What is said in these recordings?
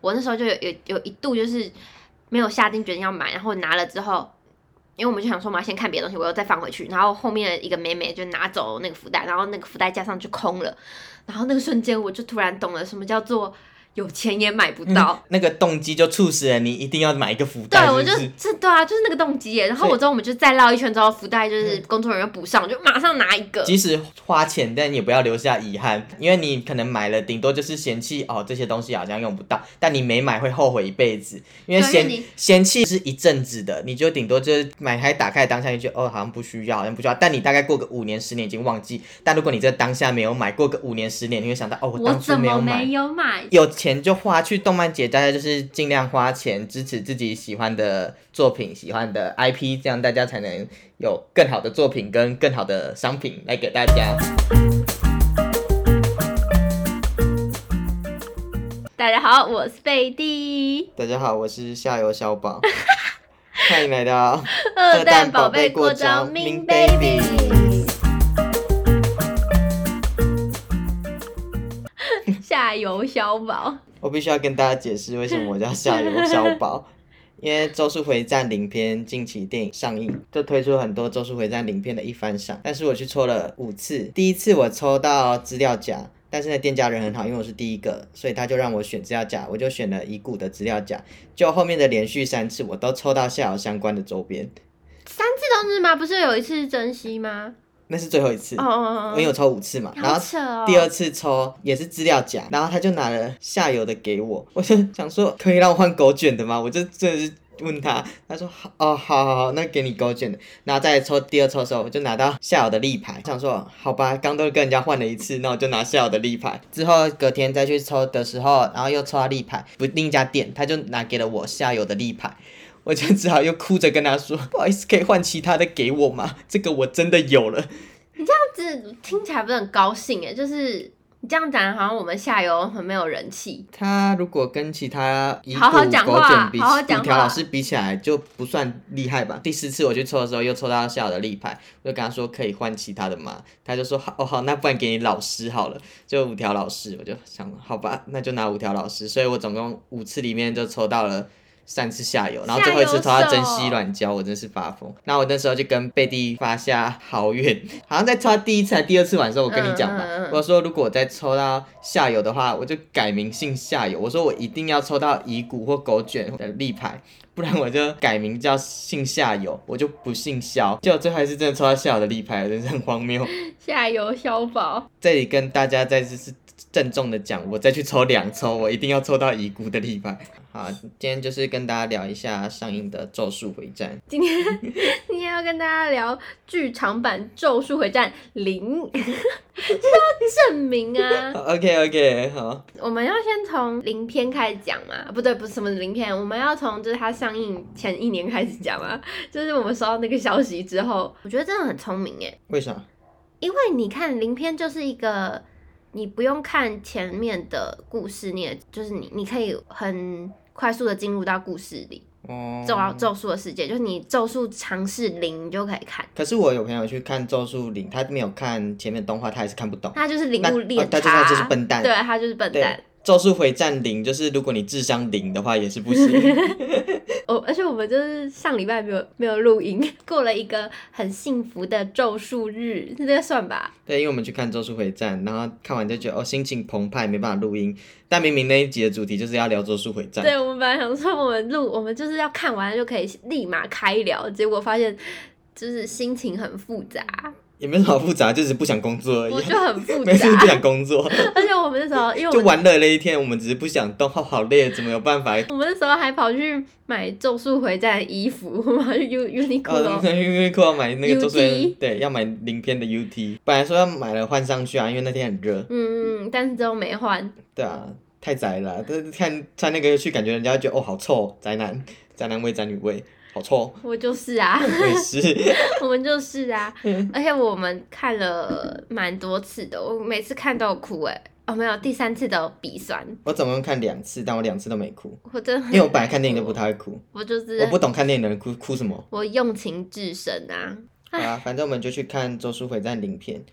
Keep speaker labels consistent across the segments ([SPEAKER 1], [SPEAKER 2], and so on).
[SPEAKER 1] 我那时候就有有有一度就是没有下定决心要买，然后拿了之后，因为我们就想说嘛，先看别的东西，我又再放回去，然后后面的一个妹妹就拿走那个福袋，然后那个福袋加上就空了，然后那个瞬间我就突然懂了什么叫做有钱也买不
[SPEAKER 2] 嗯
[SPEAKER 1] 到。
[SPEAKER 2] 那个动机就促使了你一定要买一个福
[SPEAKER 1] 对，
[SPEAKER 2] 袋，
[SPEAKER 1] 我
[SPEAKER 2] 是
[SPEAKER 1] 就
[SPEAKER 2] 不是？
[SPEAKER 1] 这对啊，就是那个动机耶。然后
[SPEAKER 2] 所以嗯
[SPEAKER 1] 我之后我们就再绕一圈之后，福袋就是工作人员补上，我就马上拿一个。
[SPEAKER 2] 即使花钱，但也不要留下遗憾，因为你可能买了，顶多就是嫌弃哦，这些东西好像用不到，但你没买会后悔一辈子，因为
[SPEAKER 1] 对
[SPEAKER 2] 嫌
[SPEAKER 1] 因为你
[SPEAKER 2] 嫌弃是一阵子的，你就顶多就是买开打开当下你觉得哦好像不需要，好像不需要，但你大概过个五年十年已经忘记，但如果你这当下没有买，过个五年十年你会想到哦我
[SPEAKER 1] 我
[SPEAKER 2] 当初
[SPEAKER 1] 怎
[SPEAKER 2] 没有
[SPEAKER 1] 么
[SPEAKER 2] 买
[SPEAKER 1] 没。有买？
[SPEAKER 2] 有钱就花去动漫节，大家就是尽量花钱支持自己喜欢的作品、喜欢的 IP，这样大家才能有更好的作品跟更好的商品来给大家。
[SPEAKER 1] 大家好，我是贝蒂，
[SPEAKER 2] 大家好，我是下游小 宝，欢迎来到
[SPEAKER 1] 二
[SPEAKER 2] 蛋
[SPEAKER 1] 蛋
[SPEAKER 2] 宝
[SPEAKER 1] 宝
[SPEAKER 2] 贝
[SPEAKER 1] 贝
[SPEAKER 2] 过
[SPEAKER 1] 过
[SPEAKER 2] 招
[SPEAKER 1] 招，Mean
[SPEAKER 2] Mean Baby
[SPEAKER 1] Baby。下游小宝，
[SPEAKER 2] 我必须要跟大家解释为什么我叫下游小宝，因为《咒术回战》零篇近期电影上映，就推出很多《咒术回战》零篇的一番赏，但是我去抽了五次，第一次我抽到资料夹。但是呢，店家人很好，因为我是第一个，所以他就让我选资料夹，我就选了已故的资料夹。就后面的连续三次，我都抽到下游相关的周边，
[SPEAKER 1] 三次都是吗？不是有一次珍惜吗？
[SPEAKER 2] 那是最后一次，
[SPEAKER 1] 哦哦
[SPEAKER 2] 因为我抽 五次嘛。然后
[SPEAKER 1] 好扯哦。
[SPEAKER 2] 第二次抽也是资料夹，然后他就拿了下游的给我， 我就想说可以让我换狗卷的吗？我就真的是问他，他说好哦，好好好，那给你狗卷的。然后再抽第二抽的时候，我就拿到下游的立牌，想说好吧，刚都跟人家换了一次，那我就拿下游的立牌。之后隔天再去抽的时候，然后又抽到立牌，不另一家店他就拿给了我下游的立牌。我就只好又哭着跟他说：“不好意思，可以换其他的给我吗？这个我真的有了。”
[SPEAKER 1] 这听起来不是很高兴哎，就是你这样讲，好像我们下游很没有人气。
[SPEAKER 2] 他如果跟其他一
[SPEAKER 1] 好好讲
[SPEAKER 2] 狗
[SPEAKER 1] 话
[SPEAKER 2] 卷比
[SPEAKER 1] 好好
[SPEAKER 2] 比
[SPEAKER 1] 讲
[SPEAKER 2] 条
[SPEAKER 1] 话
[SPEAKER 2] 老师比起来，就不算厉害吧。第四次我去抽的时候，又抽到下午的立牌，我就跟他说可以换其他的吗？他就说好哦好，那不然给你老师好了，就五条老师。我就想好吧，那就拿五条老师。所以我总共五次里面就抽到了。三次下游，然后最后一次抽到
[SPEAKER 1] 下游手
[SPEAKER 2] 珍惜软胶，我真是发疯。那我那时候就跟贝蒂发下好愿，好像在抽到第一次还第二次晚的时候，我跟你讲吧，
[SPEAKER 1] 嗯嗯嗯嗯
[SPEAKER 2] 我说如果我再抽到下游的话，我就改名姓下游。我说我一定要抽到乙骨或狗卷的立牌，不然我就改名叫姓下游，我就不姓肖。结果最后还是真的抽到下游的立牌，真是很荒谬。
[SPEAKER 1] 下游小宝，
[SPEAKER 2] 这里跟大家再次郑重的讲，我再去抽两抽，我一定要抽到遗孤的立牌。好，今天就是跟大家聊一下上映的《咒术回战
[SPEAKER 1] 今 天今天要跟大家聊剧场版《咒术回战零》， 是要证明》啊。
[SPEAKER 2] 好。OK OK，好，
[SPEAKER 1] 我们要先从零篇开始讲嘛？啊不对，不是什么零篇，我们要从就是它上映前一年开始讲嘛。 就是我们收到那个消息之后，我觉得真的很聪明耶，
[SPEAKER 2] 为啥？
[SPEAKER 1] 因为你看零篇就是一个你不用看前面的故事，你也就是你你可以很快速的进入到故事里，
[SPEAKER 2] 哦、
[SPEAKER 1] 咒咒术的世界，就是你咒术尝试零你就可以看，
[SPEAKER 2] 可是我有朋友去看《咒术零》，他没有看前面动画，他还是看不懂。
[SPEAKER 1] 它就是领
[SPEAKER 2] 那
[SPEAKER 1] 悟
[SPEAKER 2] 哦
[SPEAKER 1] 练
[SPEAKER 2] 他就
[SPEAKER 1] 差，
[SPEAKER 2] 他就是笨蛋。
[SPEAKER 1] 对，它就是笨
[SPEAKER 2] 对
[SPEAKER 1] 蛋。
[SPEAKER 2] 《咒术回战零》就是如果你智商零的话也是不行。
[SPEAKER 1] 哦，而且我们就是上礼拜没有没有录音，过了一个很幸福的咒术日，这个算吧？
[SPEAKER 2] 对，因为我们去看《咒术回战》，然后看完就觉得哦心情澎湃，没办法录音。但明明那一集的主题就是要聊《咒术回战》，
[SPEAKER 1] 对，我们本来想说我们录，我们就是要看完就可以立马开聊，结果发现就是心情很复杂，
[SPEAKER 2] 也没什么好复杂，就是不想工作而已。
[SPEAKER 1] 我就很复
[SPEAKER 2] 哎没有，就是不想
[SPEAKER 1] 杂。
[SPEAKER 2] 工作，
[SPEAKER 1] 而且我们那时候，因为
[SPEAKER 2] 就
[SPEAKER 1] 我们
[SPEAKER 2] 玩乐了一天，我们只是不想动，好好累，怎么有办法？
[SPEAKER 1] 我们那时候还跑去买《咒术回战》的衣服，我们还去 U
[SPEAKER 2] 哦，
[SPEAKER 1] Uniqlo，
[SPEAKER 2] 对，因为酷要买那个
[SPEAKER 1] UT
[SPEAKER 2] 周岁，对，要买零片的 UT，本来说要买了换上去啊，因为那天很热，
[SPEAKER 1] 嗯，但是之后没换，
[SPEAKER 2] 对啊，
[SPEAKER 1] 嗯
[SPEAKER 2] 太宅了啊，但是看穿那个去，感觉人家觉得哦好臭，宅男， 宅男味，宅女味，好臭，哦
[SPEAKER 1] 我就是啊。
[SPEAKER 2] 我也是，
[SPEAKER 1] 我们就是啊，
[SPEAKER 2] 嗯
[SPEAKER 1] 而且我们看了蛮多次的，我每次看都有哭哎、哦，没有，第三次都有鼻酸，
[SPEAKER 2] 我总共看两次，但我两次都没哭，
[SPEAKER 1] 我真的
[SPEAKER 2] 因为我本来看电影都不太会哭，
[SPEAKER 1] 我就是啊
[SPEAKER 2] 我不懂看电影的人哭哭什么。
[SPEAKER 1] 我用情至深啊，
[SPEAKER 2] 好啊，反正我们就去看《咒术回战》零片。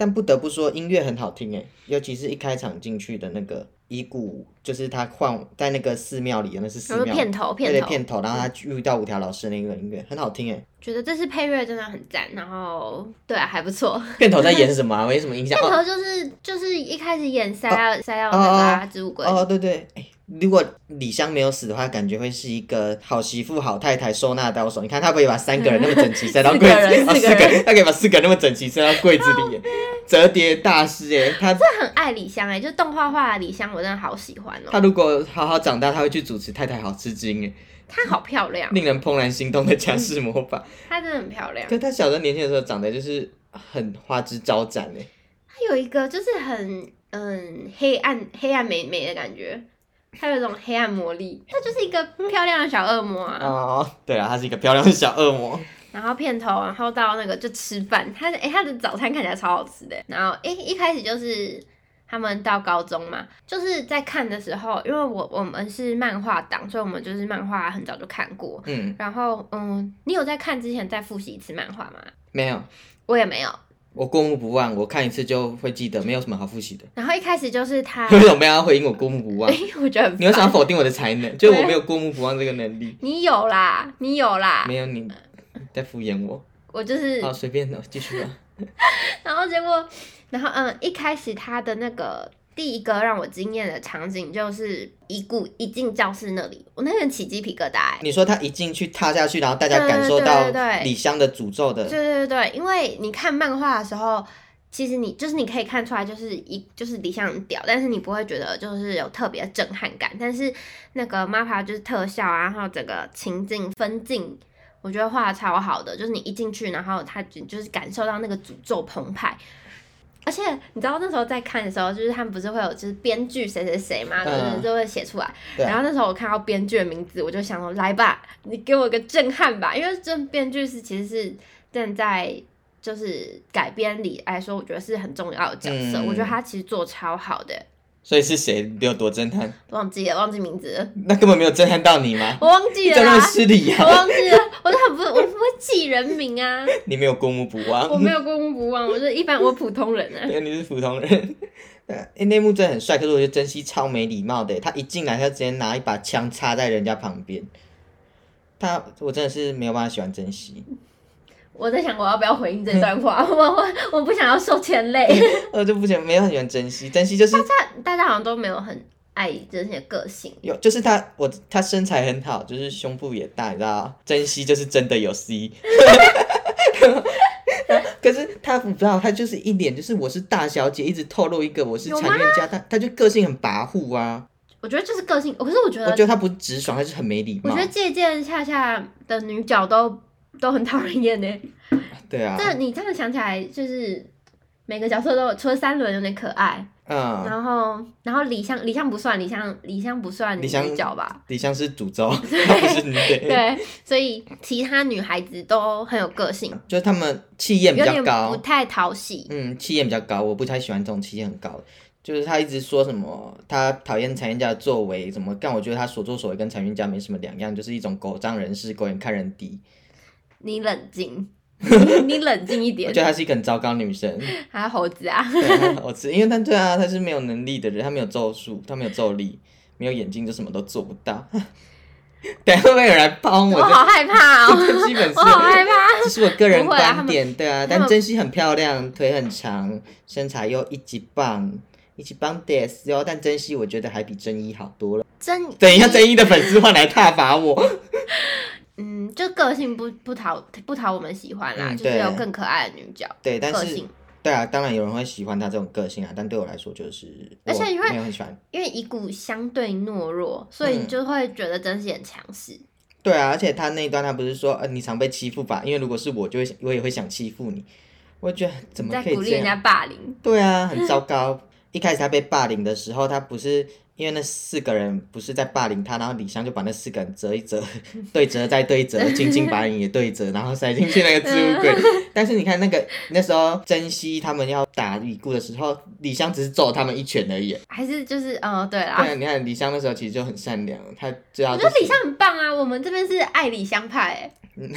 [SPEAKER 2] 但不得不说，音乐很好听诶，尤其是一开场进去的那个遗骨，就是他换在那个寺庙里，那是寺
[SPEAKER 1] 然后
[SPEAKER 2] 庙
[SPEAKER 1] 片头
[SPEAKER 2] 对
[SPEAKER 1] 片
[SPEAKER 2] 对
[SPEAKER 1] 头，
[SPEAKER 2] 片头，然后他遇到五条老师那个音乐很好听诶，欸
[SPEAKER 1] 觉得这次配乐真的很赞，然后对、啊、还不错。
[SPEAKER 2] 片头在演什么啊？没什么印象。
[SPEAKER 1] 片
[SPEAKER 2] 哦
[SPEAKER 1] 头就是就是一开始演塞到塞到那个啊植物鬼，
[SPEAKER 2] 哦，对对，哎，如果李湘没有死的话，感觉会是一个好媳妇、好太太、收纳刀手。你看他可以把三个人那么整齐塞到
[SPEAKER 1] 四
[SPEAKER 2] 柜
[SPEAKER 1] 个
[SPEAKER 2] 子，
[SPEAKER 1] 人
[SPEAKER 2] 哦
[SPEAKER 1] 四个
[SPEAKER 2] 四个，他可以把四个人那么整齐塞到柜子里耶，折叠大师哎，他
[SPEAKER 1] 我很爱李湘哎、就动画化的李湘，我真的好喜欢哦、
[SPEAKER 2] 他如果好好长大，他会去主持《太太好吃惊》哎，
[SPEAKER 1] 她好漂亮，
[SPEAKER 2] 令人怦然心动的家世魔法。
[SPEAKER 1] 她真的很漂亮。
[SPEAKER 2] 可他小时候年轻的时候长得就是很花枝招展哎，
[SPEAKER 1] 她有一个就是很嗯黑暗黑暗美美的感觉，她有一种黑暗魔力，她就是一个漂亮的小恶魔啊。
[SPEAKER 2] 哦，对啊，她是一个漂亮的小恶魔。
[SPEAKER 1] 然后片头，然后到那个就吃饭，他的哎、他的早餐看起来超好吃的。然后哎、一开始就是他们到高中嘛，就是在看的时候，因为我我们是漫画党，所以我们就是漫画很早就看过。
[SPEAKER 2] 嗯，
[SPEAKER 1] 然后嗯，你有在看之前再复习一次漫画吗？
[SPEAKER 2] 没有，
[SPEAKER 1] 我也没有。
[SPEAKER 2] 我过目不忘，我看一次就会记得，没有什么好复习的。
[SPEAKER 1] 然后一开始就是他，
[SPEAKER 2] 为什么要回应我过目不忘
[SPEAKER 1] 哎？，我觉得很
[SPEAKER 2] 你为什么
[SPEAKER 1] 烦。
[SPEAKER 2] 要否定我的才能？就是我没有过目不忘这个能力。
[SPEAKER 1] 你有啦，你有啦，
[SPEAKER 2] 没有你你在敷衍我。
[SPEAKER 1] 我就是
[SPEAKER 2] 好，随便的，继续吧。
[SPEAKER 1] 然后结果，然后嗯，一开始他的那个第一个让我惊艳的场景就是一顾一进教室那里，我那天起鸡皮疙瘩、欸。
[SPEAKER 2] 你说他一进去踏下去，然后大家
[SPEAKER 1] 对
[SPEAKER 2] 感受
[SPEAKER 1] 对
[SPEAKER 2] 到
[SPEAKER 1] 对对
[SPEAKER 2] 李湘的诅咒
[SPEAKER 1] 对
[SPEAKER 2] 的，
[SPEAKER 1] 对对对，因为你看漫画的时候，其实你就是你可以看出来，就是一就是理想很屌，但是你不会觉得就是有特别震撼感。但是那个 MAPPA 就是特效啊，然后整个情境分镜，我觉得画的超好的，就是你一进去，然后他就就是感受到那个诅咒澎湃。而且你知道那时候在看的时候，就是他们不是会有就是编剧谁谁谁嘛，就是
[SPEAKER 2] 嗯
[SPEAKER 1] 就会写出来。
[SPEAKER 2] 对啊
[SPEAKER 1] 然后那时候我看到编剧的名字，我就想说来吧，你给我个震撼吧，因为这编剧是其实是站在就是改编里来说，我觉得是很重要的角色。
[SPEAKER 2] 嗯
[SPEAKER 1] 我觉得他其实做超好的，
[SPEAKER 2] 所以是谁有多震撼？
[SPEAKER 1] 忘记了忘 记名字了，
[SPEAKER 2] 那根本没有震撼到你吗？
[SPEAKER 1] 我忘记了
[SPEAKER 2] 这么
[SPEAKER 1] 啦。
[SPEAKER 2] 失礼啊呀、
[SPEAKER 1] 啊我忘记了，我就很不，我不会记人名 啊，
[SPEAKER 2] 你没有过目不
[SPEAKER 1] 我
[SPEAKER 2] 忘，
[SPEAKER 1] 没有过目不忘，我是一般我普通人啊。
[SPEAKER 2] 对，你是普通人。 对啊诶内幕真的很帅，可是我觉得珍惜超没礼貌的。他一进来，他直接拿一把枪插在人家旁边。他，我真的是没有办法喜欢珍惜。
[SPEAKER 1] 我在想我要不要回应这段话，我我我不想要受牵累。
[SPEAKER 2] 我就不喜欢，没有很喜欢珍惜。珍惜就是
[SPEAKER 1] 大家好像都没有很爱这些个性，
[SPEAKER 2] 有，就是他，我他身材很好，就是胸部也大，你知道，珍惜就是真的有 C。可是他不知道，他就是一脸就是我是大小姐，一直透露一个我是
[SPEAKER 1] 有
[SPEAKER 2] 产业家，他他就个性很跋扈啊。
[SPEAKER 1] 我觉得就是个性。可是我觉
[SPEAKER 2] 我
[SPEAKER 1] 得
[SPEAKER 2] 觉得他不是直爽，他就是很没礼
[SPEAKER 1] 呃我
[SPEAKER 2] 貌
[SPEAKER 1] 觉。得借鉴恰恰的女角都都很讨人厌呢、
[SPEAKER 2] 对啊，
[SPEAKER 1] 这你这样想起来，就是每个角色都有，除了三轮有点可爱，
[SPEAKER 2] 嗯，
[SPEAKER 1] 然后然后李湘李湘不算，李湘李湘不算
[SPEAKER 2] 李湘
[SPEAKER 1] 女角吧？
[SPEAKER 2] 李湘是诅咒，他不是你。对，
[SPEAKER 1] 对，所以其他女孩子都很有个性，
[SPEAKER 2] 就是他们气焰比
[SPEAKER 1] 有
[SPEAKER 2] 较
[SPEAKER 1] 点不
[SPEAKER 2] 高，
[SPEAKER 1] 太讨喜。
[SPEAKER 2] 嗯，气焰比较高，我不太喜欢这种气焰很高的。就是他一直说什么，他讨厌财运家的作为，怎么干？我觉得他所作所为跟财运家没什么两样，就是一种狗仗人势、狗眼看人低。
[SPEAKER 1] 你冷 静，你你冷静一
[SPEAKER 2] 我
[SPEAKER 1] 点
[SPEAKER 2] 觉。得她是一个很糟糕的女生。
[SPEAKER 1] 还有猴子啊，
[SPEAKER 2] 对啊我知，因为她对啊，她是没有能力的人，她没有咒术，她没有咒力，没有眼睛就什么都做不到。 等一下会不会有人来帮
[SPEAKER 1] 我
[SPEAKER 2] 我？
[SPEAKER 1] 好害怕哦，
[SPEAKER 2] 这基本是
[SPEAKER 1] 我好害怕。
[SPEAKER 2] 这是我个人
[SPEAKER 1] 不会啊他
[SPEAKER 2] 观
[SPEAKER 1] 们
[SPEAKER 2] 点，对啊，
[SPEAKER 1] 他们
[SPEAKER 2] 但珍惜很漂亮，腿很长，身材又一级棒，一级棒 des 哟。但珍惜我觉得还比真一好多了。
[SPEAKER 1] 真
[SPEAKER 2] 等一下，真一的粉丝换来挞 伐我，
[SPEAKER 1] 嗯，就个性不不讨不讨我们喜欢啦，
[SPEAKER 2] 嗯
[SPEAKER 1] 就是有
[SPEAKER 2] 对
[SPEAKER 1] 更可爱的女角，
[SPEAKER 2] 对，但
[SPEAKER 1] 个
[SPEAKER 2] 是
[SPEAKER 1] 性。
[SPEAKER 2] 对啊，当然有人会喜欢他这种个性啊，但对我来说就是我
[SPEAKER 1] 而且因为
[SPEAKER 2] 没有很喜欢。
[SPEAKER 1] 因为一股相对懦弱，所以你
[SPEAKER 2] 嗯
[SPEAKER 1] 就会觉得真是很强势。
[SPEAKER 2] 对啊，而且他那一段他不是说，呃，你常被欺负吧？因为如果是我，就会我也会想欺负你。我觉得怎
[SPEAKER 1] 你
[SPEAKER 2] 么
[SPEAKER 1] 在
[SPEAKER 2] 可以
[SPEAKER 1] 鼓励
[SPEAKER 2] 这
[SPEAKER 1] 人
[SPEAKER 2] 样？
[SPEAKER 1] 家霸凌，
[SPEAKER 2] 对啊，很糟糕。一开始他被霸凌的时候，他不是因为那四个人不是在霸凌他，然后李湘就把那四个人折一折， 对折再对折，静静把你也对折，然后塞进去那个置物柜。 但是你看那个那时候珍惜他们要打李固的时候，李湘只是揍他们一拳而已。
[SPEAKER 1] 还是就是呃，对啦。
[SPEAKER 2] 对，你看李湘那时候其实就很善良，他知道、
[SPEAKER 1] 我
[SPEAKER 2] 就
[SPEAKER 1] 觉
[SPEAKER 2] 是。
[SPEAKER 1] 得李湘很棒啊，我们这边是爱李湘派、欸，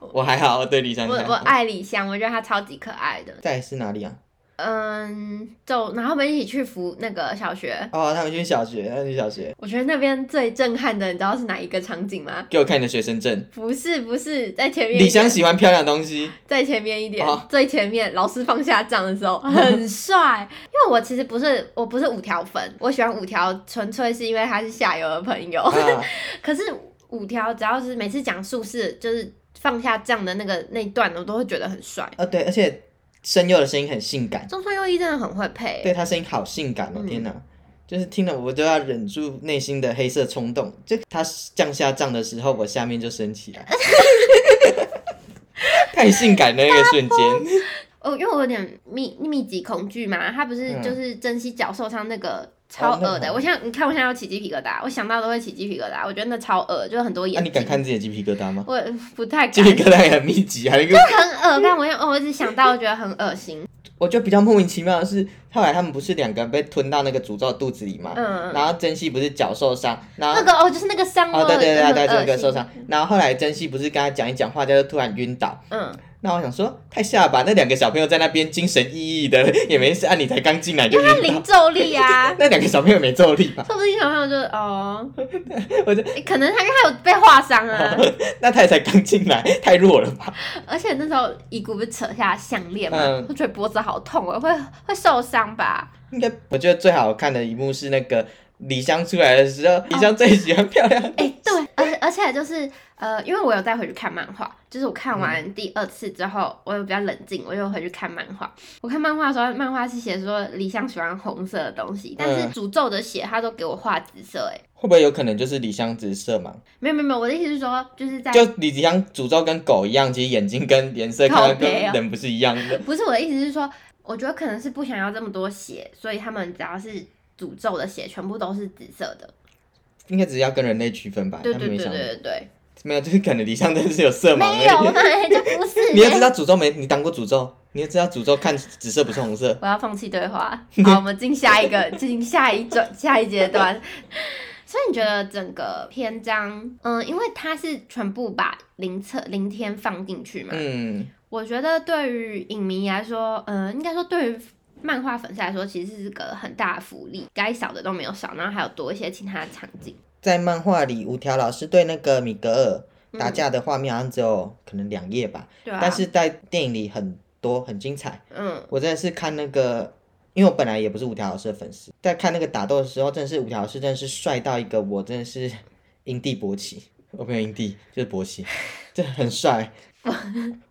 [SPEAKER 2] 我还好，我对李湘
[SPEAKER 1] 我啊
[SPEAKER 2] 还好。
[SPEAKER 1] 我爱李湘，我觉得她超级可爱的。
[SPEAKER 2] 再来是哪里啊？
[SPEAKER 1] 嗯，走，然后我们一起去福那个小学。
[SPEAKER 2] 哦，他们去小学，他们去小学，
[SPEAKER 1] 我觉得那边最震撼的，你知道是哪一个场景吗？
[SPEAKER 2] 给我看你的学生证。
[SPEAKER 1] 不是，不是，在前面一点。
[SPEAKER 2] 李湘喜欢漂亮的东西，
[SPEAKER 1] 在前面一点，
[SPEAKER 2] 哦
[SPEAKER 1] 最前面，老师放下账的时候
[SPEAKER 2] 啊
[SPEAKER 1] 很帅。因为我其实不是，我不是五条粉，我喜欢五条纯粹是因为他是下游的朋 友。
[SPEAKER 2] 啊，
[SPEAKER 1] 可是五条只要是每次讲术士，就是放下账的那个那一段，我都会觉得很帅。
[SPEAKER 2] 哦对，而且声优的声音很性感，
[SPEAKER 1] 中川优一真的很会配、
[SPEAKER 2] 对他声音好性感哦，
[SPEAKER 1] 嗯
[SPEAKER 2] 天哪！就是听了我都要忍住内心的黑色冲动，就他降下降的时候，我下面就升起来， 太性感的那个瞬间，
[SPEAKER 1] 哦，因为我有点密密集恐惧嘛，他不是
[SPEAKER 2] 嗯哦
[SPEAKER 1] 就是珍惜脚受伤那个超
[SPEAKER 2] 那
[SPEAKER 1] 恶的，
[SPEAKER 2] 很
[SPEAKER 1] 我现在你看我现在要起鸡皮疙瘩，我想到都会起鸡皮疙瘩，我觉得那超恶，就是很多
[SPEAKER 2] 那、
[SPEAKER 1] 眼
[SPEAKER 2] 啊你
[SPEAKER 1] 睛，
[SPEAKER 2] 敢看自己的鸡皮疙瘩吗？
[SPEAKER 1] 我不太
[SPEAKER 2] 鸡
[SPEAKER 1] 敢，
[SPEAKER 2] 皮疙瘩也很密集，啊还有一 个
[SPEAKER 1] 很恶，但我也哦我只想到我觉得很恶心，
[SPEAKER 2] 我觉得比较莫名其妙的是，后来他们不是两个人被吞到那个诅咒肚子里嘛，
[SPEAKER 1] 嗯，
[SPEAKER 2] 然后珍惜不是脚受伤，然后
[SPEAKER 1] 那个哦就是那个伤
[SPEAKER 2] 哦，对对对对，这
[SPEAKER 1] 那
[SPEAKER 2] 个受伤，然后后来珍惜不是跟他讲一讲话，他就突然晕倒。
[SPEAKER 1] 嗯，
[SPEAKER 2] 那我想说，太吓了吧！那两个小朋友在那边精神奕奕的，也没事啊，你才刚进来
[SPEAKER 1] 因
[SPEAKER 2] 就
[SPEAKER 1] 为他
[SPEAKER 2] 晕
[SPEAKER 1] 零
[SPEAKER 2] 倒。。
[SPEAKER 1] 咒力啊
[SPEAKER 2] 那两个小朋友没咒力吧？
[SPEAKER 1] 说不定小朋友就哦，
[SPEAKER 2] 我就
[SPEAKER 1] 可能他因为他有被划伤啊，
[SPEAKER 2] 那他也才刚进来，太弱了吧？
[SPEAKER 1] 而且那时候遗骨不是扯下项链嘛，
[SPEAKER 2] 嗯
[SPEAKER 1] 我觉得脖子好痛哦，会会受伤吧？
[SPEAKER 2] 应该我觉得最好看的一幕是那个李湘出来的时候，李湘最喜欢漂 亮的。
[SPEAKER 1] 哎、 对，而而且就是呃，因为我有再回去看漫画，就是我看
[SPEAKER 2] 嗯
[SPEAKER 1] 完第二次之后，我有比较冷静，我又回去看漫画。我看漫画的时候，漫画是写说李湘喜欢红色的东西，但是
[SPEAKER 2] 嗯
[SPEAKER 1] 诅咒的血他都给我画紫色、哎，
[SPEAKER 2] 会不会有可能就是李湘直射嘛？
[SPEAKER 1] 没有没有没有，我的意思是说，就是在
[SPEAKER 2] 就李湘诅咒跟狗一样，其实眼睛跟颜色看
[SPEAKER 1] 靠
[SPEAKER 2] 到跟
[SPEAKER 1] 北啊
[SPEAKER 2] 人不是一样的。
[SPEAKER 1] 不是我的意思是说，我觉得可能是不想要这么多血，所以他们只要是诅咒的血，全部都是紫色的。
[SPEAKER 2] 应该只是要跟人类区分吧？
[SPEAKER 1] 对
[SPEAKER 2] 哦他
[SPEAKER 1] 对
[SPEAKER 2] 们没
[SPEAKER 1] 对对
[SPEAKER 2] 想
[SPEAKER 1] 对对，
[SPEAKER 2] 没有，就是可能李湘真的是有色盲而
[SPEAKER 1] 没
[SPEAKER 2] 已。
[SPEAKER 1] 有嘛，就不是。 哎
[SPEAKER 2] 你也知道诅咒没？你当过诅咒？你也知道诅咒看紫色不是红色？
[SPEAKER 1] 我要放弃对话。好，我们进下一 个，进下一转下一阶段。所以你觉得整个篇章，嗯，因为它是全部把零册零天放进去嘛，
[SPEAKER 2] 嗯，
[SPEAKER 1] 我觉得对于影迷来说，嗯，应该说对于漫画粉丝来说，其实是个很大的福利，该少的都没有少，然后还有多一些其他的场景。
[SPEAKER 2] 在漫画里，五条老师对那个米格尔打
[SPEAKER 1] 嗯
[SPEAKER 2] 架的画面好像只有可能两页吧，
[SPEAKER 1] 对啊，
[SPEAKER 2] 但是在电影里很多很精彩。
[SPEAKER 1] 嗯，
[SPEAKER 2] 我真的是看那个，因为我本来也不是五条老师的粉丝，在看那个打斗的时候，真的是五条老师真的是帅到一个，我真的是 因地勃起，我没有因地，就是 勃起，这很帅。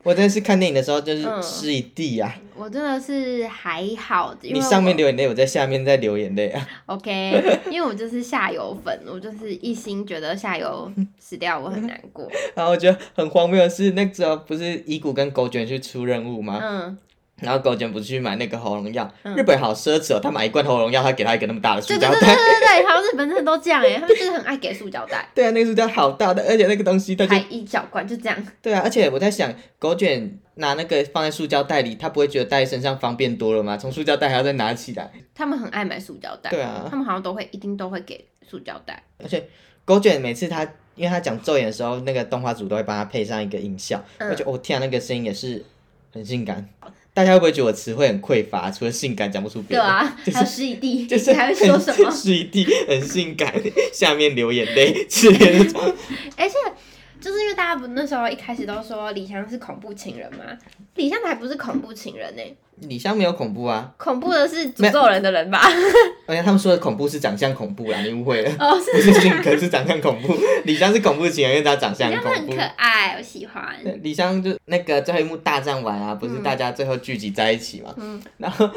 [SPEAKER 2] 我真的是看电影的时候就是
[SPEAKER 1] 嗯
[SPEAKER 2] 湿一地啊，
[SPEAKER 1] 我真的是还好，因为
[SPEAKER 2] 你上面
[SPEAKER 1] 我
[SPEAKER 2] 流眼泪，我在下面在流眼泪啊。
[SPEAKER 1] OK，因为我就是下游粉，我就是一心觉得下游死掉我很难 过。
[SPEAKER 2] 然后我觉得很荒谬的是，那时候不是伊谷跟狗卷去出任务吗？
[SPEAKER 1] 嗯，
[SPEAKER 2] 然后狗卷不是去买那个喉咙药，
[SPEAKER 1] 嗯
[SPEAKER 2] 日本好奢侈哦，他买一罐喉咙药，他给他一个那么大的塑
[SPEAKER 1] 对对
[SPEAKER 2] 胶
[SPEAKER 1] 对对
[SPEAKER 2] 袋。
[SPEAKER 1] 对对，好像日本真的都这样哎，他们就是很爱给塑胶袋，
[SPEAKER 2] 对啊，那个塑胶好大的，而且那个东西它就
[SPEAKER 1] 还一小罐就这样。
[SPEAKER 2] 对啊，而且我在想，狗卷拿那个放在塑胶袋里，他不会觉得带在身上方便多了吗？从塑胶袋还要再拿起来。
[SPEAKER 1] 他们很爱买塑胶袋，
[SPEAKER 2] 对啊
[SPEAKER 1] 他们好像都会一定都会给塑胶袋。
[SPEAKER 2] 狗卷每次他因为他讲咒言的时候，那个动画组都会帮他配上一个音效，
[SPEAKER 1] 嗯
[SPEAKER 2] 而且我天、啊，那个声音也是很性感。大家会不会觉得我词汇很匮乏？除了性感讲不出
[SPEAKER 1] 对
[SPEAKER 2] 别的。
[SPEAKER 1] 啊，
[SPEAKER 2] 就是
[SPEAKER 1] 还有失忆地，
[SPEAKER 2] 就是？
[SPEAKER 1] 你还会说什么
[SPEAKER 2] 水滴很性感， 下面流眼泪之类的那 种。
[SPEAKER 1] 而且就是因为大家不那时候一开始都说李湘是恐怖情人嘛，李湘才不是恐怖情人呢、
[SPEAKER 2] 李湘没有恐怖啊，
[SPEAKER 1] 恐怖的是诅咒人的人吧？
[SPEAKER 2] 而且他们说的恐怖是长相恐怖啦，你误会了。
[SPEAKER 1] 哦，是
[SPEAKER 2] 不是性格是长相恐怖，李湘是恐怖情人，因为她长相
[SPEAKER 1] 李湘
[SPEAKER 2] 恐
[SPEAKER 1] 很
[SPEAKER 2] 怖
[SPEAKER 1] 可。爱，我喜欢。
[SPEAKER 2] 对李湘就那个最后一幕大战完啊，不是大家最后聚集在一起嘛？
[SPEAKER 1] 嗯
[SPEAKER 2] 然后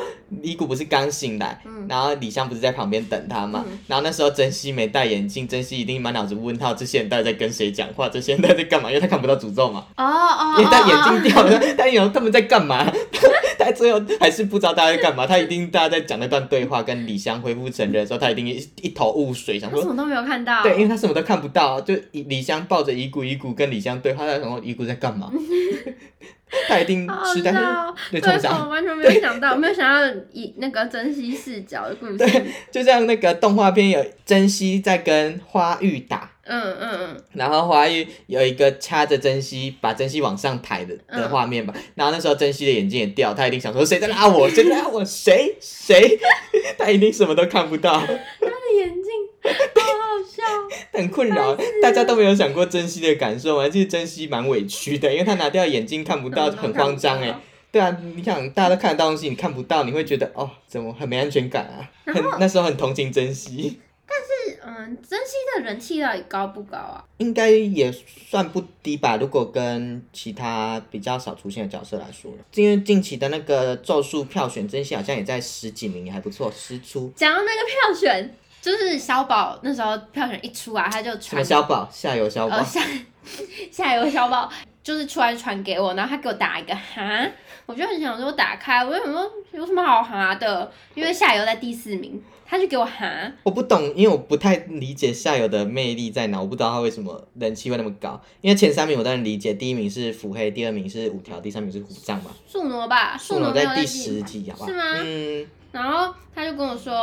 [SPEAKER 2] 李谷不是刚醒来，
[SPEAKER 1] 嗯
[SPEAKER 2] 然后李湘不是在旁边等他嘛？
[SPEAKER 1] 嗯
[SPEAKER 2] 然后那时候珍惜没戴眼镜，珍惜一定满脑子问号，这些人到底在跟谁讲话？这些人到底在干嘛？因为他看不到诅咒嘛。
[SPEAKER 1] 哦哦，
[SPEAKER 2] 因为他
[SPEAKER 1] 哦
[SPEAKER 2] 眼
[SPEAKER 1] 哦
[SPEAKER 2] 睛掉了， 他有他们在干嘛？ 他最后还是不知道大家在干嘛。他一定大家在讲那段对话，跟李湘恢复成人的时候，他一定一一头雾水，想
[SPEAKER 1] 我什
[SPEAKER 2] 说。
[SPEAKER 1] 么都没有看到。
[SPEAKER 2] 对，因为他什么都看不到，就以李湘抱着遗骨，遗骨跟李湘对话，他想说遗骨在 干嘛？他一定
[SPEAKER 1] 好
[SPEAKER 2] 痴呆，
[SPEAKER 1] 闹哦，
[SPEAKER 2] 对，冲
[SPEAKER 1] 对，
[SPEAKER 2] 啥？
[SPEAKER 1] 我完 全没有想到，没有想到以那个珍惜视角的故事。
[SPEAKER 2] 就像那个动画片有珍惜在跟花玉打，
[SPEAKER 1] 嗯嗯
[SPEAKER 2] 然后华玉有一个掐着珍惜，把珍惜往上抬的的
[SPEAKER 1] 嗯
[SPEAKER 2] 画面吧。然后那时候珍惜的眼镜也掉，他一定想说谁在拉我，谁在拉 我，谁谁，他一定什么都看不到，
[SPEAKER 1] 嗯，他的 眼睛好好笑。
[SPEAKER 2] 很困扰。大家都没有想过珍惜的感受嘛，其实珍惜蛮委屈的，因为他拿掉眼镜看不到，
[SPEAKER 1] 嗯
[SPEAKER 2] 很慌张哎、
[SPEAKER 1] 看不到
[SPEAKER 2] 对啊，你想大家都看得到东西，你看不到，你会觉得哦，怎么很没安全感啊？很那时候很同情珍惜，
[SPEAKER 1] 是嗯，珍惜的人气到底高不高啊？
[SPEAKER 2] 应该也算不低吧。如果跟其他比较少出现的角色来说，因为近期的那个咒术票选，珍惜好像也在十几名，也还不错，十出。
[SPEAKER 1] 讲到那个票选，就是小宝那时候票选一出啊，他就
[SPEAKER 2] 什么
[SPEAKER 1] 传
[SPEAKER 2] 小宝，下游小宝，
[SPEAKER 1] 呃下下游小宝就是突然传给我，然后他给我打一个哈，我就很想说打开，我就想说有什么好哈的，因为下游在第四名，他就给我哈，
[SPEAKER 2] 我不懂，因为我不太理解下游的魅力在哪，我不知道他为什么人气会那么高。因为前三名我当然理解，第一名是腹黑，第二名是五条，第三名是虎杖嘛。
[SPEAKER 1] 树挪吧，树挪
[SPEAKER 2] 我
[SPEAKER 1] 没有
[SPEAKER 2] 在
[SPEAKER 1] 进
[SPEAKER 2] 第十集，好不好？
[SPEAKER 1] 是吗
[SPEAKER 2] 嗯，
[SPEAKER 1] 然后他就跟我说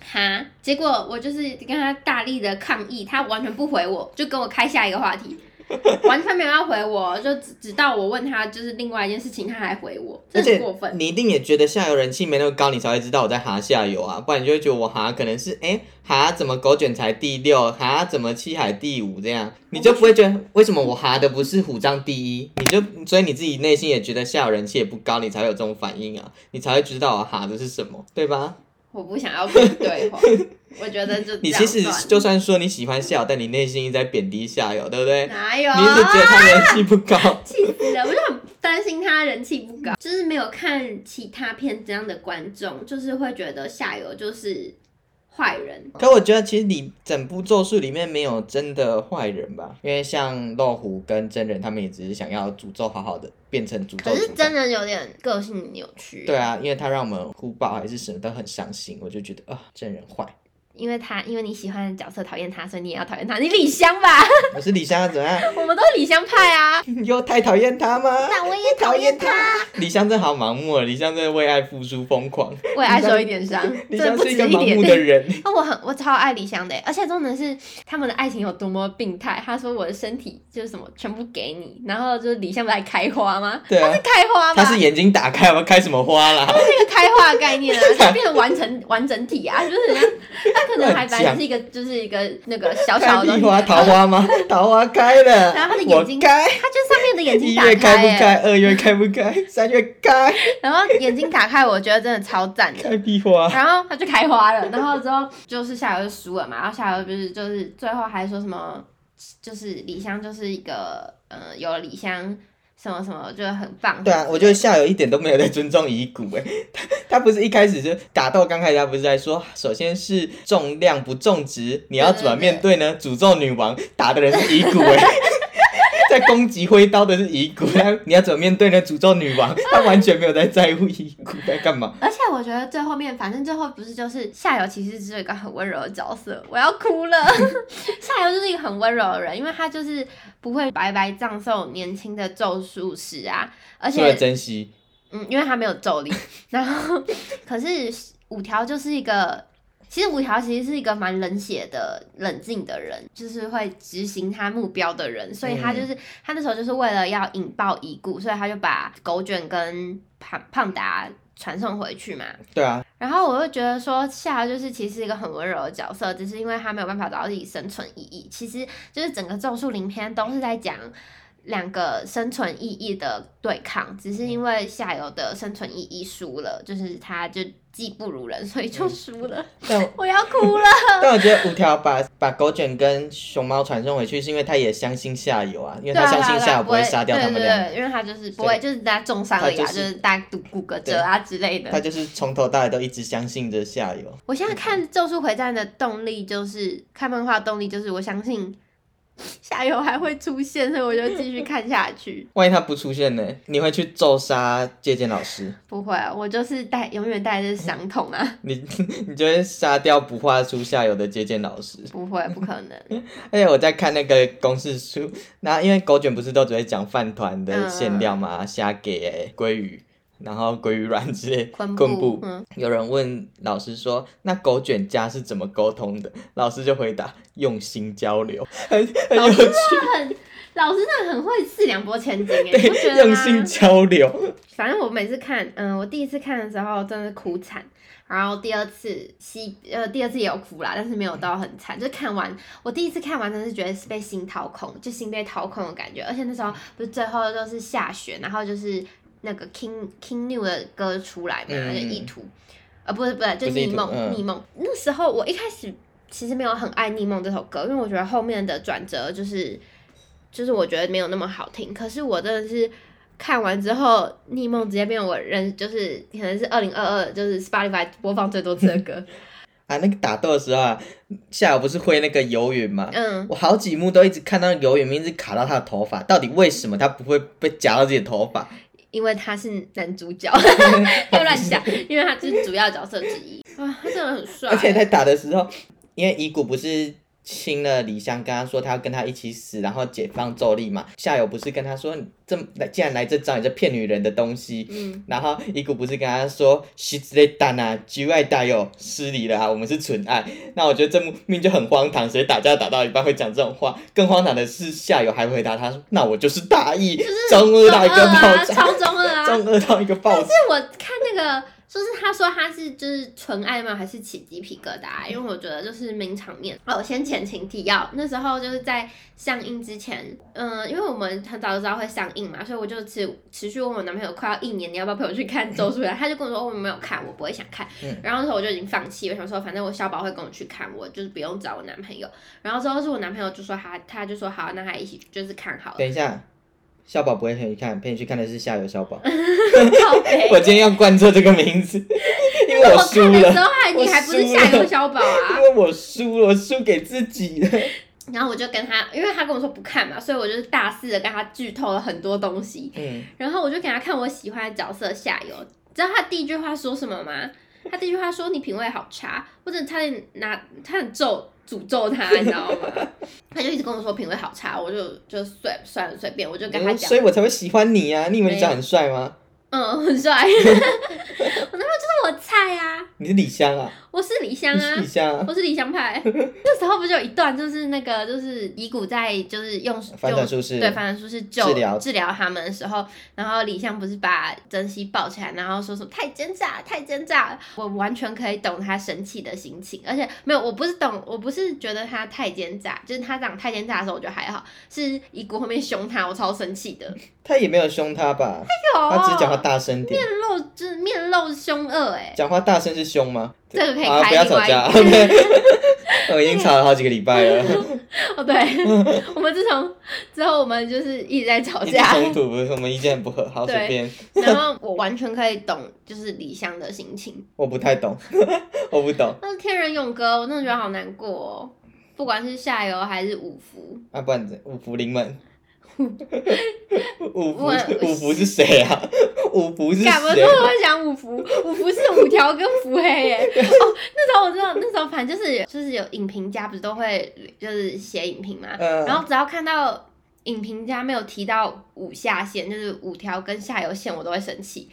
[SPEAKER 1] 哈，结果我就是跟他大力的抗议，他完全不回我，就跟我开下一个话 题，完全没有要回我，就直直到我问他就是另外一件事情，他还回我，
[SPEAKER 2] 而
[SPEAKER 1] 真的
[SPEAKER 2] 且
[SPEAKER 1] 很过分。
[SPEAKER 2] 你一定也觉得下游人气没那么高，你才会知道我在哈下游啊，不然你就会觉得我哈可能是哎、哈怎么狗卷才第六，哈怎么七海第五这样，你就不会觉得为什么我哈的不是虎杖第一，你就所以你自己内心也觉得下游人气也不高，你才会有这种反应啊，你才会知道我哈的是什么，对吧？
[SPEAKER 1] 我不想要跟你对 话，我觉得就
[SPEAKER 2] 你
[SPEAKER 1] 这样
[SPEAKER 2] 其实
[SPEAKER 1] 算
[SPEAKER 2] 就算说你喜欢下游，但你内心一直在贬低下游，对不对？
[SPEAKER 1] 哪有
[SPEAKER 2] 你一直
[SPEAKER 1] 啊，
[SPEAKER 2] 觉得他人气不高
[SPEAKER 1] 气死了！我就很担心他人气不
[SPEAKER 2] 嗯
[SPEAKER 1] 高，就是没有看其他片这样的观众，就是会觉得下游就是坏人。
[SPEAKER 2] 可我觉得其实你整部咒术里面没有真的坏人吧，因为像漏虎跟真人他们也只是想要诅咒好好的变成诅咒
[SPEAKER 1] 可是
[SPEAKER 2] 主
[SPEAKER 1] 真人有点个性扭曲，
[SPEAKER 2] 对啊，因为他让我们哭爆还是什么都很伤心，我就觉得啊、真人坏。
[SPEAKER 1] 因为他因为你喜欢的角色讨厌他，所以你也要讨厌他。你李湘 吧，
[SPEAKER 2] 我是李湘怎么样？
[SPEAKER 1] 我们都李湘派啊。
[SPEAKER 2] 你又太讨厌他吗？
[SPEAKER 1] 那我也讨厌他，
[SPEAKER 2] 李湘真好盲目，啊李湘真为爱付出疯狂，
[SPEAKER 1] 我也爱受一点伤，
[SPEAKER 2] 李
[SPEAKER 1] 真的
[SPEAKER 2] 湘
[SPEAKER 1] 不
[SPEAKER 2] 是
[SPEAKER 1] 止
[SPEAKER 2] 一个
[SPEAKER 1] 一
[SPEAKER 2] 盲
[SPEAKER 1] 点
[SPEAKER 2] 目的人。
[SPEAKER 1] 那我很我超爱李湘的，而且重点是他们的爱情有多么病态。他说我的身体就是什么全部给你，然后就是李湘不是还开花 吗？
[SPEAKER 2] 对啊
[SPEAKER 1] 他是开花吗？
[SPEAKER 2] 他是眼睛打开，我要开什么花啦？
[SPEAKER 1] 那个开花的概 念啊，就变成完成完整体啊，就是人家他可能还本来只是一个就是一个那个小小
[SPEAKER 2] 开
[SPEAKER 1] 的东
[SPEAKER 2] 梨
[SPEAKER 1] 西，
[SPEAKER 2] 花桃花吗？桃花开了，
[SPEAKER 1] 然后他的眼
[SPEAKER 2] 我
[SPEAKER 1] 睛
[SPEAKER 2] 开，
[SPEAKER 1] 他就上面的眼睛
[SPEAKER 2] 一
[SPEAKER 1] 打
[SPEAKER 2] 月开不
[SPEAKER 1] 欸
[SPEAKER 2] 开？二月开不开？三月开
[SPEAKER 1] 然后眼睛打开，我觉得真的超赞的。
[SPEAKER 2] 开屁花。
[SPEAKER 1] 然后他就开花了，然后之后就是夏游就输了嘛，然后夏游不是就是最后还说什么，就是李湘就是一个呃有了李湘什么什么就是很棒。
[SPEAKER 2] 对啊，我觉得夏游一点都没有在尊重乙骨哎，他他不是一开始就打斗，刚开始他不是在说，首先是重量不重质，你要怎么面对呢？诅咒女王打的人是乙骨哎， 在攻击挥刀的是乙骨，他你要怎么面对呢？诅咒女王，他完全没有在在乎乙骨在干嘛。
[SPEAKER 1] 而且我觉得最后面，反正最后不是就是夏游，其实是一个很温柔的角色，我要哭了。 夏游就是一个很温柔的人，因为他就是不会白白葬送年轻的咒术师啊，而
[SPEAKER 2] 除了
[SPEAKER 1] 且
[SPEAKER 2] 珍惜，
[SPEAKER 1] 嗯，因为他没有咒力，然后可是五条就是一个，其实五条其实是一个蛮冷血的、冷静的人，就是会执行他目标的人，所以他就是、他那时候就是为了要引爆遗故，所以他就把狗卷跟胖胖达传送回去嘛。
[SPEAKER 2] 对啊，
[SPEAKER 1] 然后我就觉得说，夏就是其实一个很温柔的角色，只是因为他没有办法找到自己生存意义。其实就是整个《咒术林篇》都是在讲两个生存意义的对抗，只是
[SPEAKER 2] 嗯
[SPEAKER 1] 因为夏游的生存意义输了，就是他就技不如人，所以就输了。
[SPEAKER 2] 嗯但
[SPEAKER 1] 我要哭了。
[SPEAKER 2] 但我觉得五条把把狗卷跟熊猫传送回去，是因为他也相信下游啊，因为
[SPEAKER 1] 对
[SPEAKER 2] 他
[SPEAKER 1] 啊，
[SPEAKER 2] 相信
[SPEAKER 1] 对啊
[SPEAKER 2] 下游不会杀掉他们
[SPEAKER 1] 对对
[SPEAKER 2] 俩，
[SPEAKER 1] 对，因为他就是不会，就是大家重伤而已啊，
[SPEAKER 2] 他
[SPEAKER 1] 就
[SPEAKER 2] 就
[SPEAKER 1] 是是大家骨骨骼折啊之类的
[SPEAKER 2] 他。就是从头到尾都一直相信着下游。
[SPEAKER 1] 我现在看《咒术回战》的动力就是看漫画的动力就是我相信下游还会出现，所以我就继续看下去。
[SPEAKER 2] 万一他不出现呢？你会去咒杀借鉴老师，
[SPEAKER 1] 不会，啊我就是带永远带着伤痛啊，
[SPEAKER 2] 你 你就会杀掉不画出下游的借鉴老师。
[SPEAKER 1] 不会，不可 能。
[SPEAKER 2] 而且我在看那个公式
[SPEAKER 1] 嗯
[SPEAKER 2] 欸书，然后因为狗卷不是都只会讲饭团的馅料嘛，虾给鲑鱼。然后鲑鱼卵之类
[SPEAKER 1] 昆布
[SPEAKER 2] 昆布。
[SPEAKER 1] 嗯
[SPEAKER 2] 有人问老师说：“那狗卷家是怎么沟通的？”老师就回答：“用心交流。”很很有趣，
[SPEAKER 1] 很老师真的很会四两拨千斤哎，你不觉
[SPEAKER 2] 对，
[SPEAKER 1] 得
[SPEAKER 2] 用
[SPEAKER 1] 吗？
[SPEAKER 2] 心交流。
[SPEAKER 1] 反正我每次看，嗯，我第一次看的时候真的是哭惨，然后第二次吸，呃，第二次也有哭啦，但是没有到很惨，就看完我第一次看完真的是觉得是被心掏空，就心被掏空的感觉，而且那时候不是最后就是下雪，然后就是那个 King King New 的歌出来嘛，
[SPEAKER 2] 嗯
[SPEAKER 1] 就意图，呃，不是不是，就
[SPEAKER 2] 不是意
[SPEAKER 1] 逆
[SPEAKER 2] 图
[SPEAKER 1] 梦、
[SPEAKER 2] 嗯
[SPEAKER 1] 逆梦。那时候我一开始其实没有很爱逆梦这首歌，因为我觉得后面的转折就是就是我觉得没有那么好听，可是我真的是。看完之后，《逆梦》直接变我人，就是可能是二零二二，就是 Spotify 播放最多次的 歌。
[SPEAKER 2] 啊，那个打斗的时候啊，下午不是会那个游泳吗？
[SPEAKER 1] 嗯，
[SPEAKER 2] 我好几幕都一直看到游泳，一直卡到他的头发，到底为什么他不会被夹到自己的头发？
[SPEAKER 1] 因为他是男主 角，又乱讲，因为他是主要角色之一啊，他真的很帅。
[SPEAKER 2] 而且在打的时候，因为遗骨不是亲了李湘，跟他说他要跟他一起死，然后解放咒力嘛。夏友不是跟他说，你这么来，既然来这招，你这骗女人的东西。
[SPEAKER 1] 嗯，
[SPEAKER 2] 然后遗骨不是跟他说，西之类蛋啊，局外打友失礼了啊，我们是纯爱。那我觉得这幕命就很荒唐，谁打架打到一半会讲这种话？更荒唐的是夏友还回答他说，那我就是大意，中二到一个爆
[SPEAKER 1] 啊，
[SPEAKER 2] 炸，
[SPEAKER 1] 超嗯中二啊！
[SPEAKER 2] 中二到一个爆
[SPEAKER 1] 但
[SPEAKER 2] 炸
[SPEAKER 1] 是。我看那个，就是他说他是就是纯爱吗？还是起鸡皮疙瘩、啊因为我觉得就是名场面。哦，先前情提要，那时候就是在上映之前，嗯、因为我们很早就知道会上映嘛，所以我就持持续问我男朋友快要一年，你要不要陪我去看《周 书然？他就跟我说、哦、我没有看，我不会想看。
[SPEAKER 2] 嗯
[SPEAKER 1] 然后那时候我就已经放弃，我想说反正我小宝会跟我去看，我就是不用找我男朋友。然后之后是我男朋友就说他他就说好，那他一起就是看好了，
[SPEAKER 2] 等一下，小宝不会陪你看，陪你去看的是下游小 宝。
[SPEAKER 1] 靠北
[SPEAKER 2] 我今天要贯彻这个名 字， 因为
[SPEAKER 1] 我
[SPEAKER 2] 输
[SPEAKER 1] 看的时
[SPEAKER 2] 了，
[SPEAKER 1] 候还你还不是
[SPEAKER 2] 我输了
[SPEAKER 1] 下游小宝啊
[SPEAKER 2] 因？为我输了，我输给自 己了。
[SPEAKER 1] 然后我就跟他，因为他跟我说不看嘛，所以我就是大肆的跟他剧透了很多东西。
[SPEAKER 2] 嗯，
[SPEAKER 1] 然后我就给他看我喜欢的角色下游，知道他第一句话说什么吗？他第一句话说你品味好差，我真的差点拿差点咒诅咒他，你知道吗？ 他就一直跟我说品味好差，我就就随算了随便，我就跟他
[SPEAKER 2] 嗯
[SPEAKER 1] 讲
[SPEAKER 2] 所以，我才会喜欢你啊！你以为你长很帅吗？
[SPEAKER 1] 嗯，很帅， 我男朋友就是我菜啊，
[SPEAKER 2] 你是李湘啊，
[SPEAKER 1] 我是李湘
[SPEAKER 2] 你是
[SPEAKER 1] 啊
[SPEAKER 2] 李，湘啊，
[SPEAKER 1] 我是李湘 派。那时候不就有一段就是那个就是遗骨在就是用
[SPEAKER 2] 反转
[SPEAKER 1] 用
[SPEAKER 2] 术士。
[SPEAKER 1] 对，反正说是救
[SPEAKER 2] 治疗
[SPEAKER 1] 治疗他们的时候，然后李相不是把珍惜抱起来，然后说什么太奸诈，太奸诈了，我完全可以懂他生气的心情，而且没有，我不是懂，我不是觉得他太奸诈，就是他讲太奸诈的时候，我觉得还好，是遗骨后面凶他，我超生气的，
[SPEAKER 2] 他也没有凶他吧？
[SPEAKER 1] 有啊
[SPEAKER 2] 他只是讲话大声点。
[SPEAKER 1] 面露就是面露凶恶哎、
[SPEAKER 2] 讲话大声是凶吗？
[SPEAKER 1] 这个可以
[SPEAKER 2] 啊，
[SPEAKER 1] 开
[SPEAKER 2] 不要
[SPEAKER 1] 另
[SPEAKER 2] 吵
[SPEAKER 1] 外一
[SPEAKER 2] 架。
[SPEAKER 1] 集
[SPEAKER 2] 我已经吵了好几个礼拜 了，
[SPEAKER 1] 哦对，我们自从之后我们就是一直在吵
[SPEAKER 2] 一直
[SPEAKER 1] 架，
[SPEAKER 2] 冲突，我们意见不合，好随
[SPEAKER 1] 对
[SPEAKER 2] 便。
[SPEAKER 1] 然后我完全可以懂就是李湘的心情。
[SPEAKER 2] 我不太懂， 我不懂。
[SPEAKER 1] 但是天人永隔，我真的觉得好难过哦。不管是下游还是五福，
[SPEAKER 2] 啊，不然怎五福 临门。五福
[SPEAKER 1] 我
[SPEAKER 2] 五福是谁 啊？五福是
[SPEAKER 1] 干嘛
[SPEAKER 2] 谁
[SPEAKER 1] 说？我会讲五福？五福是五条跟伏黑耶。哦，那时候我知道，那时候反正就是就是有影评家不是都会就是写影评嘛，
[SPEAKER 2] 嗯
[SPEAKER 1] 然后只要看到影评家没有提到五下线，就是五条跟下游线，我都会生气。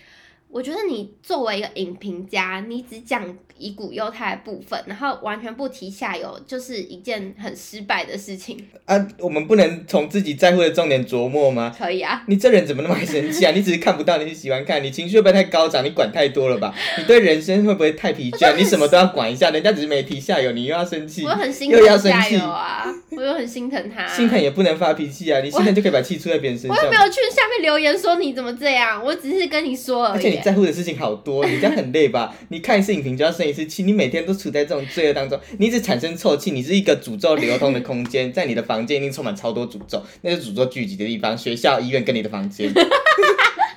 [SPEAKER 1] 我觉得你作为一个影评家，你只讲以古犹太的部分，然后完全不提下游，就是一件很失败的事 情。
[SPEAKER 2] 啊，我们不能从自己在乎的重点琢磨吗？
[SPEAKER 1] 可以啊，
[SPEAKER 2] 你这人怎么那么爱生气啊？你 只是看不到，你喜欢看，你情绪会不会太高涨？你管太多了 吧？你对人生会不会太疲倦？你什么都要管一下，人家只是没提下游，你又要生气
[SPEAKER 1] 我，很心
[SPEAKER 2] 又要
[SPEAKER 1] 疼
[SPEAKER 2] 生
[SPEAKER 1] 加
[SPEAKER 2] 气
[SPEAKER 1] 油啊！我又很心疼他、
[SPEAKER 2] 心疼也不能发脾气啊！你心疼就可以把气出在别人身
[SPEAKER 1] 我又没
[SPEAKER 2] 上。
[SPEAKER 1] 有去下面留言说你怎么这样，我只是跟你说而
[SPEAKER 2] 而且
[SPEAKER 1] 已
[SPEAKER 2] 你。在乎的事情好多，你这样很累吧？你看一次影评就要生一次气，你每天都处在这种罪恶当中，你一直产生臭气，你是一个诅咒流通的空间，在你的房间一定充满超多诅咒，那是诅咒聚集的地方，学校、医院跟你的房间。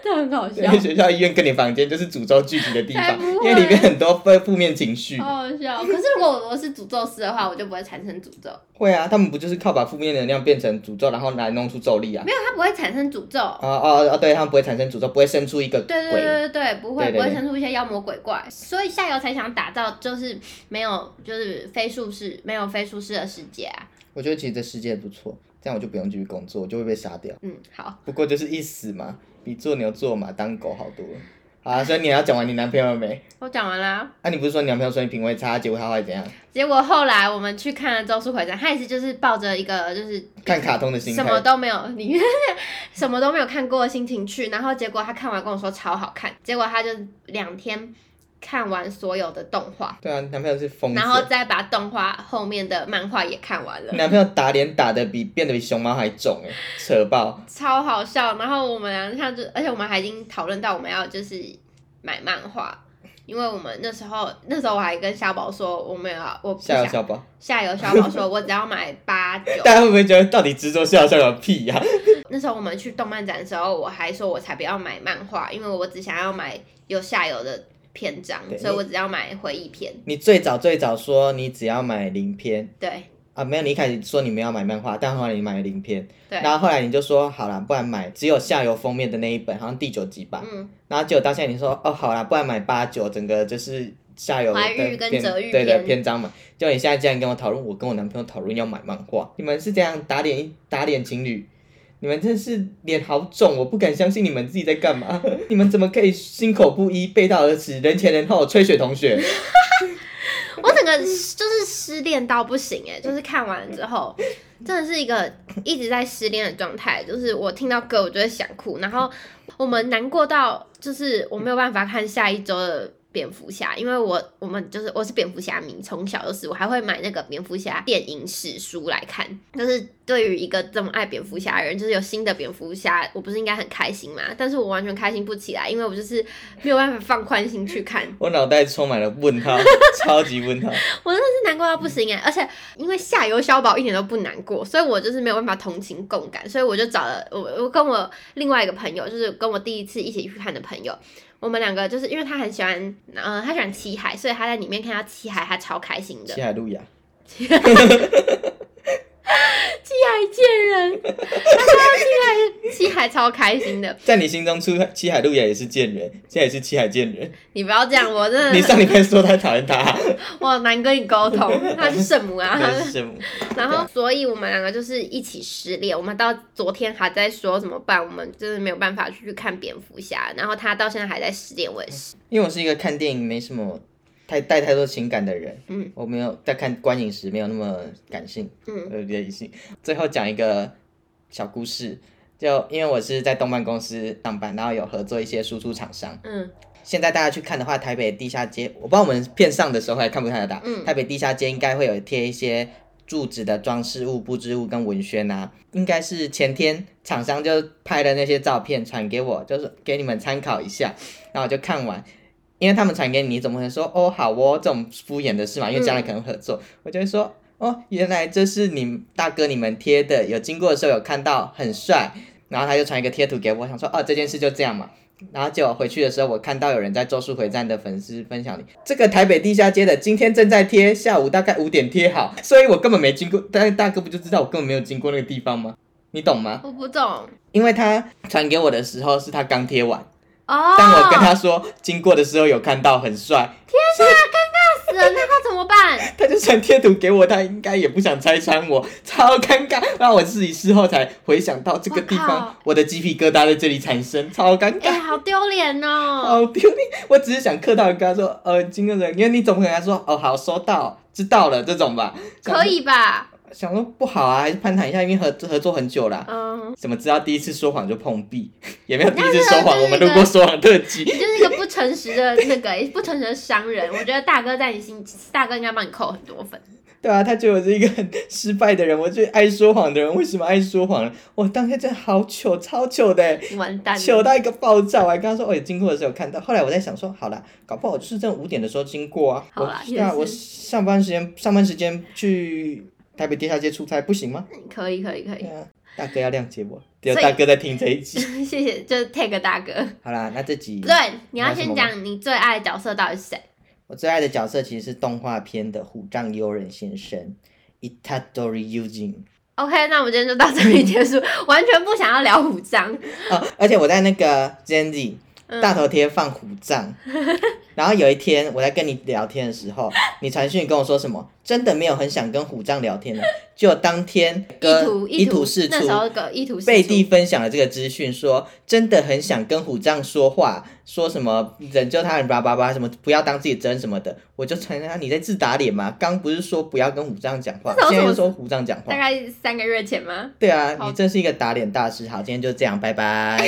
[SPEAKER 1] 这很搞笑，
[SPEAKER 2] 对，学校、医院跟你房间就是诅咒聚集的地
[SPEAKER 1] 才哎
[SPEAKER 2] 方，
[SPEAKER 1] 不会
[SPEAKER 2] 因
[SPEAKER 1] 哦
[SPEAKER 2] 为里面很多负负面情绪。
[SPEAKER 1] 好好笑。可是如果我我是诅咒师的话，我就不会产生诅咒，
[SPEAKER 2] 会啊，他们不就是靠把负面能量变成诅咒，然后来弄出咒力啊
[SPEAKER 1] 没？有，它不会产生诅咒。
[SPEAKER 2] 啊哦哦，对，他们不会产生诅咒，不会生出一个鬼。
[SPEAKER 1] 对对对对对，不会
[SPEAKER 2] 对对
[SPEAKER 1] 不会
[SPEAKER 2] 对
[SPEAKER 1] 生出一些妖魔鬼怪，所以下游才想打造就是没有就是非术士没有非术士的世界啊。
[SPEAKER 2] 我觉得其实这世界不错，这样我就不用继续工作，我就会被杀掉。
[SPEAKER 1] 嗯，好，
[SPEAKER 2] 不过就是一死嘛，比做牛做马当狗好多了。好啊，所以你要讲完你男朋友了没？
[SPEAKER 1] 我讲完啦。
[SPEAKER 2] 啊，你不是说你男朋友说你品味差，结果他后来怎样？
[SPEAKER 1] 结果后来我们去看了《咒术回战》，他也是就是抱着一个就是
[SPEAKER 2] 看卡通的心态
[SPEAKER 1] 什么都没有，你 什么都没有看过的心情去，然后结果他看完跟我说超好看，结果他就两天看完所有的动画，
[SPEAKER 2] 对啊，你男朋友是疯子。
[SPEAKER 1] 然后再把动画后面的漫画也看完了
[SPEAKER 2] 你。男朋友打脸打的比变得比熊猫还重哎，扯爆！
[SPEAKER 1] 超好笑。然后我们俩像就，而且我们还已经讨论到我们要就是买漫画，因为我们那时候那时候我还跟小宝说我们要我不
[SPEAKER 2] 下
[SPEAKER 1] 想
[SPEAKER 2] 游小宝，
[SPEAKER 1] 下游小宝说，我只要买八九。
[SPEAKER 2] 大家会不会觉得到底执着下游小宝屁呀、
[SPEAKER 1] 那时候我们去动漫展的时候，我还说我才不要买漫画，因为我只想要买有下游的篇章
[SPEAKER 2] 对，
[SPEAKER 1] 所以
[SPEAKER 2] 你
[SPEAKER 1] 我只要买回忆篇。
[SPEAKER 2] 你最早最早说你只要买零篇
[SPEAKER 1] 对
[SPEAKER 2] 啊，没有，你一开始说你没有买漫画，但后来你买了零篇，
[SPEAKER 1] 对，
[SPEAKER 2] 然后后来你就说好啦，不然买只有下游封面的那一本，好像第九集吧，
[SPEAKER 1] 嗯，
[SPEAKER 2] 然后结果到现在你说哦好啦，不然买八九整个就是。下游的
[SPEAKER 1] 怀玉跟
[SPEAKER 2] 篇
[SPEAKER 1] 泽玉
[SPEAKER 2] 对的
[SPEAKER 1] 篇
[SPEAKER 2] 篇章嘛，就你现在竟然跟我讨论，我跟我男朋友讨论要买漫画，你们是这样打脸打脸情侣，你们真是脸好肿，我不敢相信你们自己在干嘛， 你们怎么可以心口不一背道而驰，人前人后吹雪同学？
[SPEAKER 1] 我整个就是失恋到不行哎、就是看完之后，真的是一个一直在失恋的状态。就是我听到歌，我就会想哭，然后我们难过到就是我没有办法看下一周的。蝙蝠侠，因为我我们就是我是蝙蝠侠迷，从小就是我还会买那个蝙蝠侠电影史书来看。就是对于一个这么爱蝙蝠侠的人，就是有新的蝙蝠侠，我不是应该很开心嘛？但是我完全开心不起来，因为我就是没有办法放宽心去看。
[SPEAKER 2] 我脑袋充满了问号， 超级 问号。
[SPEAKER 1] 我真的是难过到不行哎、而且因为下游小宝一点都不难过，所以我就是没有办法同情共感，所以我就找了我我跟我另外一个朋友，就是跟我第一次一起去看的朋友，我们两个就是因为他很喜欢，嗯、他喜欢七海，所以他在里面看到七海，他超开心的
[SPEAKER 2] 西，海路亚，
[SPEAKER 1] 七海贱人，他看到七海，七海超开心的，
[SPEAKER 2] 在你心中出七海路亚也是贱人，现在也是七海贱人。
[SPEAKER 1] 你不要这样，我真
[SPEAKER 2] 你
[SPEAKER 1] 的
[SPEAKER 2] 上礼拜说他讨 厌他，
[SPEAKER 1] 我很难跟你沟通，他是圣母 啊，他
[SPEAKER 2] 真
[SPEAKER 1] 是
[SPEAKER 2] 是羡慕。
[SPEAKER 1] 然后，所以我们两个就是一起失恋。我们到昨天还在说怎么办，我们就是没有办法去看蝙蝠侠。然后他到现在还在失恋，我也是。
[SPEAKER 2] 因为我是一个看电影没什么太带太多情感的人，
[SPEAKER 1] 嗯，
[SPEAKER 2] 我没有在看观影时没有那么感性，
[SPEAKER 1] 嗯
[SPEAKER 2] 呃，理性。最后讲一个小故事，就因为我是在动漫公司上班，然后有合作一些输出厂商。
[SPEAKER 1] 嗯
[SPEAKER 2] 现在大家去看的话，台北地下街，我不知道我们片上的时候还看不看得到。
[SPEAKER 1] 嗯
[SPEAKER 2] 台北地下街应该会有贴一些柱子的装饰物、布置物跟文宣啊。应该是前天厂商就拍的那些照片传给我，就是给你们参考一下。然后我就看完，因为他们传给你，你怎么能说哦好哦这种敷衍的事嘛？因为将来可能合作，我就会说哦，原来这是你大哥你们贴的，有经过的时候有看到，很帅。然后他就传一个贴图给我，想说哦这件事就这样嘛。然后结果回去的时候，我看到有人在《咒术回战》的粉丝分享里，这个台北地下街的今天正在贴，下午大概五点贴好，所以我根本没经过。但是大哥不就知道我根本没有经过那个地方吗？你懂吗？
[SPEAKER 1] 我不懂
[SPEAKER 2] 因为他传给我的时候是他刚贴完，
[SPEAKER 1] 哦。
[SPEAKER 2] 但我跟他说经过的时候有看到很帅，
[SPEAKER 1] 死了，那他怎么办？
[SPEAKER 2] 他就传贴图给我，他应该也不想拆穿我，超尴尬。让我自己事后才回想到这个地
[SPEAKER 1] 我靠
[SPEAKER 2] 方，我的鸡皮疙瘩在这里产生，超尴尬。
[SPEAKER 1] 哎、好丢脸哦！
[SPEAKER 2] 好丢脸！我只是想客套地跟他说，呃，经个人，因为你总不可能跟他说，哦，好，收到，知道了这种吧？
[SPEAKER 1] 可以吧？
[SPEAKER 2] 想说，想说不好啊，还是攀谈一下，因为合合作很久啦。
[SPEAKER 1] 嗯，
[SPEAKER 2] 怎么知道第一次说谎就碰壁？ 也没有第一次
[SPEAKER 1] 那
[SPEAKER 2] 说
[SPEAKER 1] 那
[SPEAKER 2] 谎，
[SPEAKER 1] 那
[SPEAKER 2] 我们录过说谎特辑
[SPEAKER 1] 你。 就是一个不诚实的那个 不诚实的商人。我觉得大哥在你心，大哥应该帮你扣很多分。
[SPEAKER 2] 对啊，他觉得我是一个很失败的人，我最爱说谎的人，为什么爱说谎呢？我当天真的好糗，超糗的欸，
[SPEAKER 1] 你完蛋
[SPEAKER 2] 糗
[SPEAKER 1] 了！
[SPEAKER 2] 到一个爆炸！我还跟他说，哦，有经过的时候有看到。后来我在想说，好啦，搞不好我就是这五点的时候经过啊。
[SPEAKER 1] 好
[SPEAKER 2] 我
[SPEAKER 1] 啦
[SPEAKER 2] 对啊，
[SPEAKER 1] 也是
[SPEAKER 2] 我上班时间上班时间去台北地下街出差不行吗？
[SPEAKER 1] 可以可以可
[SPEAKER 2] 对
[SPEAKER 1] 以，
[SPEAKER 2] 啊，大哥要谅解我，只
[SPEAKER 1] 嗯
[SPEAKER 2] 有
[SPEAKER 1] 所以
[SPEAKER 2] 大哥在听这一集。
[SPEAKER 1] 谢谢，就是 tag 大哥。
[SPEAKER 2] 好啦，那这集
[SPEAKER 1] 对，你要
[SPEAKER 2] 还有什
[SPEAKER 1] 先
[SPEAKER 2] 么
[SPEAKER 1] 讲你最爱的角色到底是谁。
[SPEAKER 2] 我最爱的角色其实是动画片的虎杖悠仁先生，Itadori Yujin。
[SPEAKER 1] OK，那我们今天就
[SPEAKER 2] 嗯
[SPEAKER 1] 到这里结束，完全不想要聊五章。
[SPEAKER 2] 哦啊，而且我在那个 Zenzi
[SPEAKER 1] 嗯
[SPEAKER 2] 大头贴放虎 杖。然后有一天我在跟你聊天的时候，你传讯跟我说什么？真的没有很想跟虎杖聊天了。就当天
[SPEAKER 1] 意
[SPEAKER 2] 哥
[SPEAKER 1] 图
[SPEAKER 2] 一
[SPEAKER 1] 图
[SPEAKER 2] 图释
[SPEAKER 1] 那时
[SPEAKER 2] 出，
[SPEAKER 1] 候个意图是
[SPEAKER 2] 贝蒂分享了这个资讯说，真的很想跟虎杖说话，说什么拯救他人叭叭叭什么，不要当自己真什么的。我就传他你在自打脸吗？刚不是说不要跟虎杖讲话
[SPEAKER 1] 那时，候
[SPEAKER 2] 现在又
[SPEAKER 1] 什
[SPEAKER 2] 说虎杖讲话
[SPEAKER 1] 大。概三个月前吗？
[SPEAKER 2] 对啊，
[SPEAKER 1] 好
[SPEAKER 2] 你真是一个打脸大师。好，今天就这样，拜拜。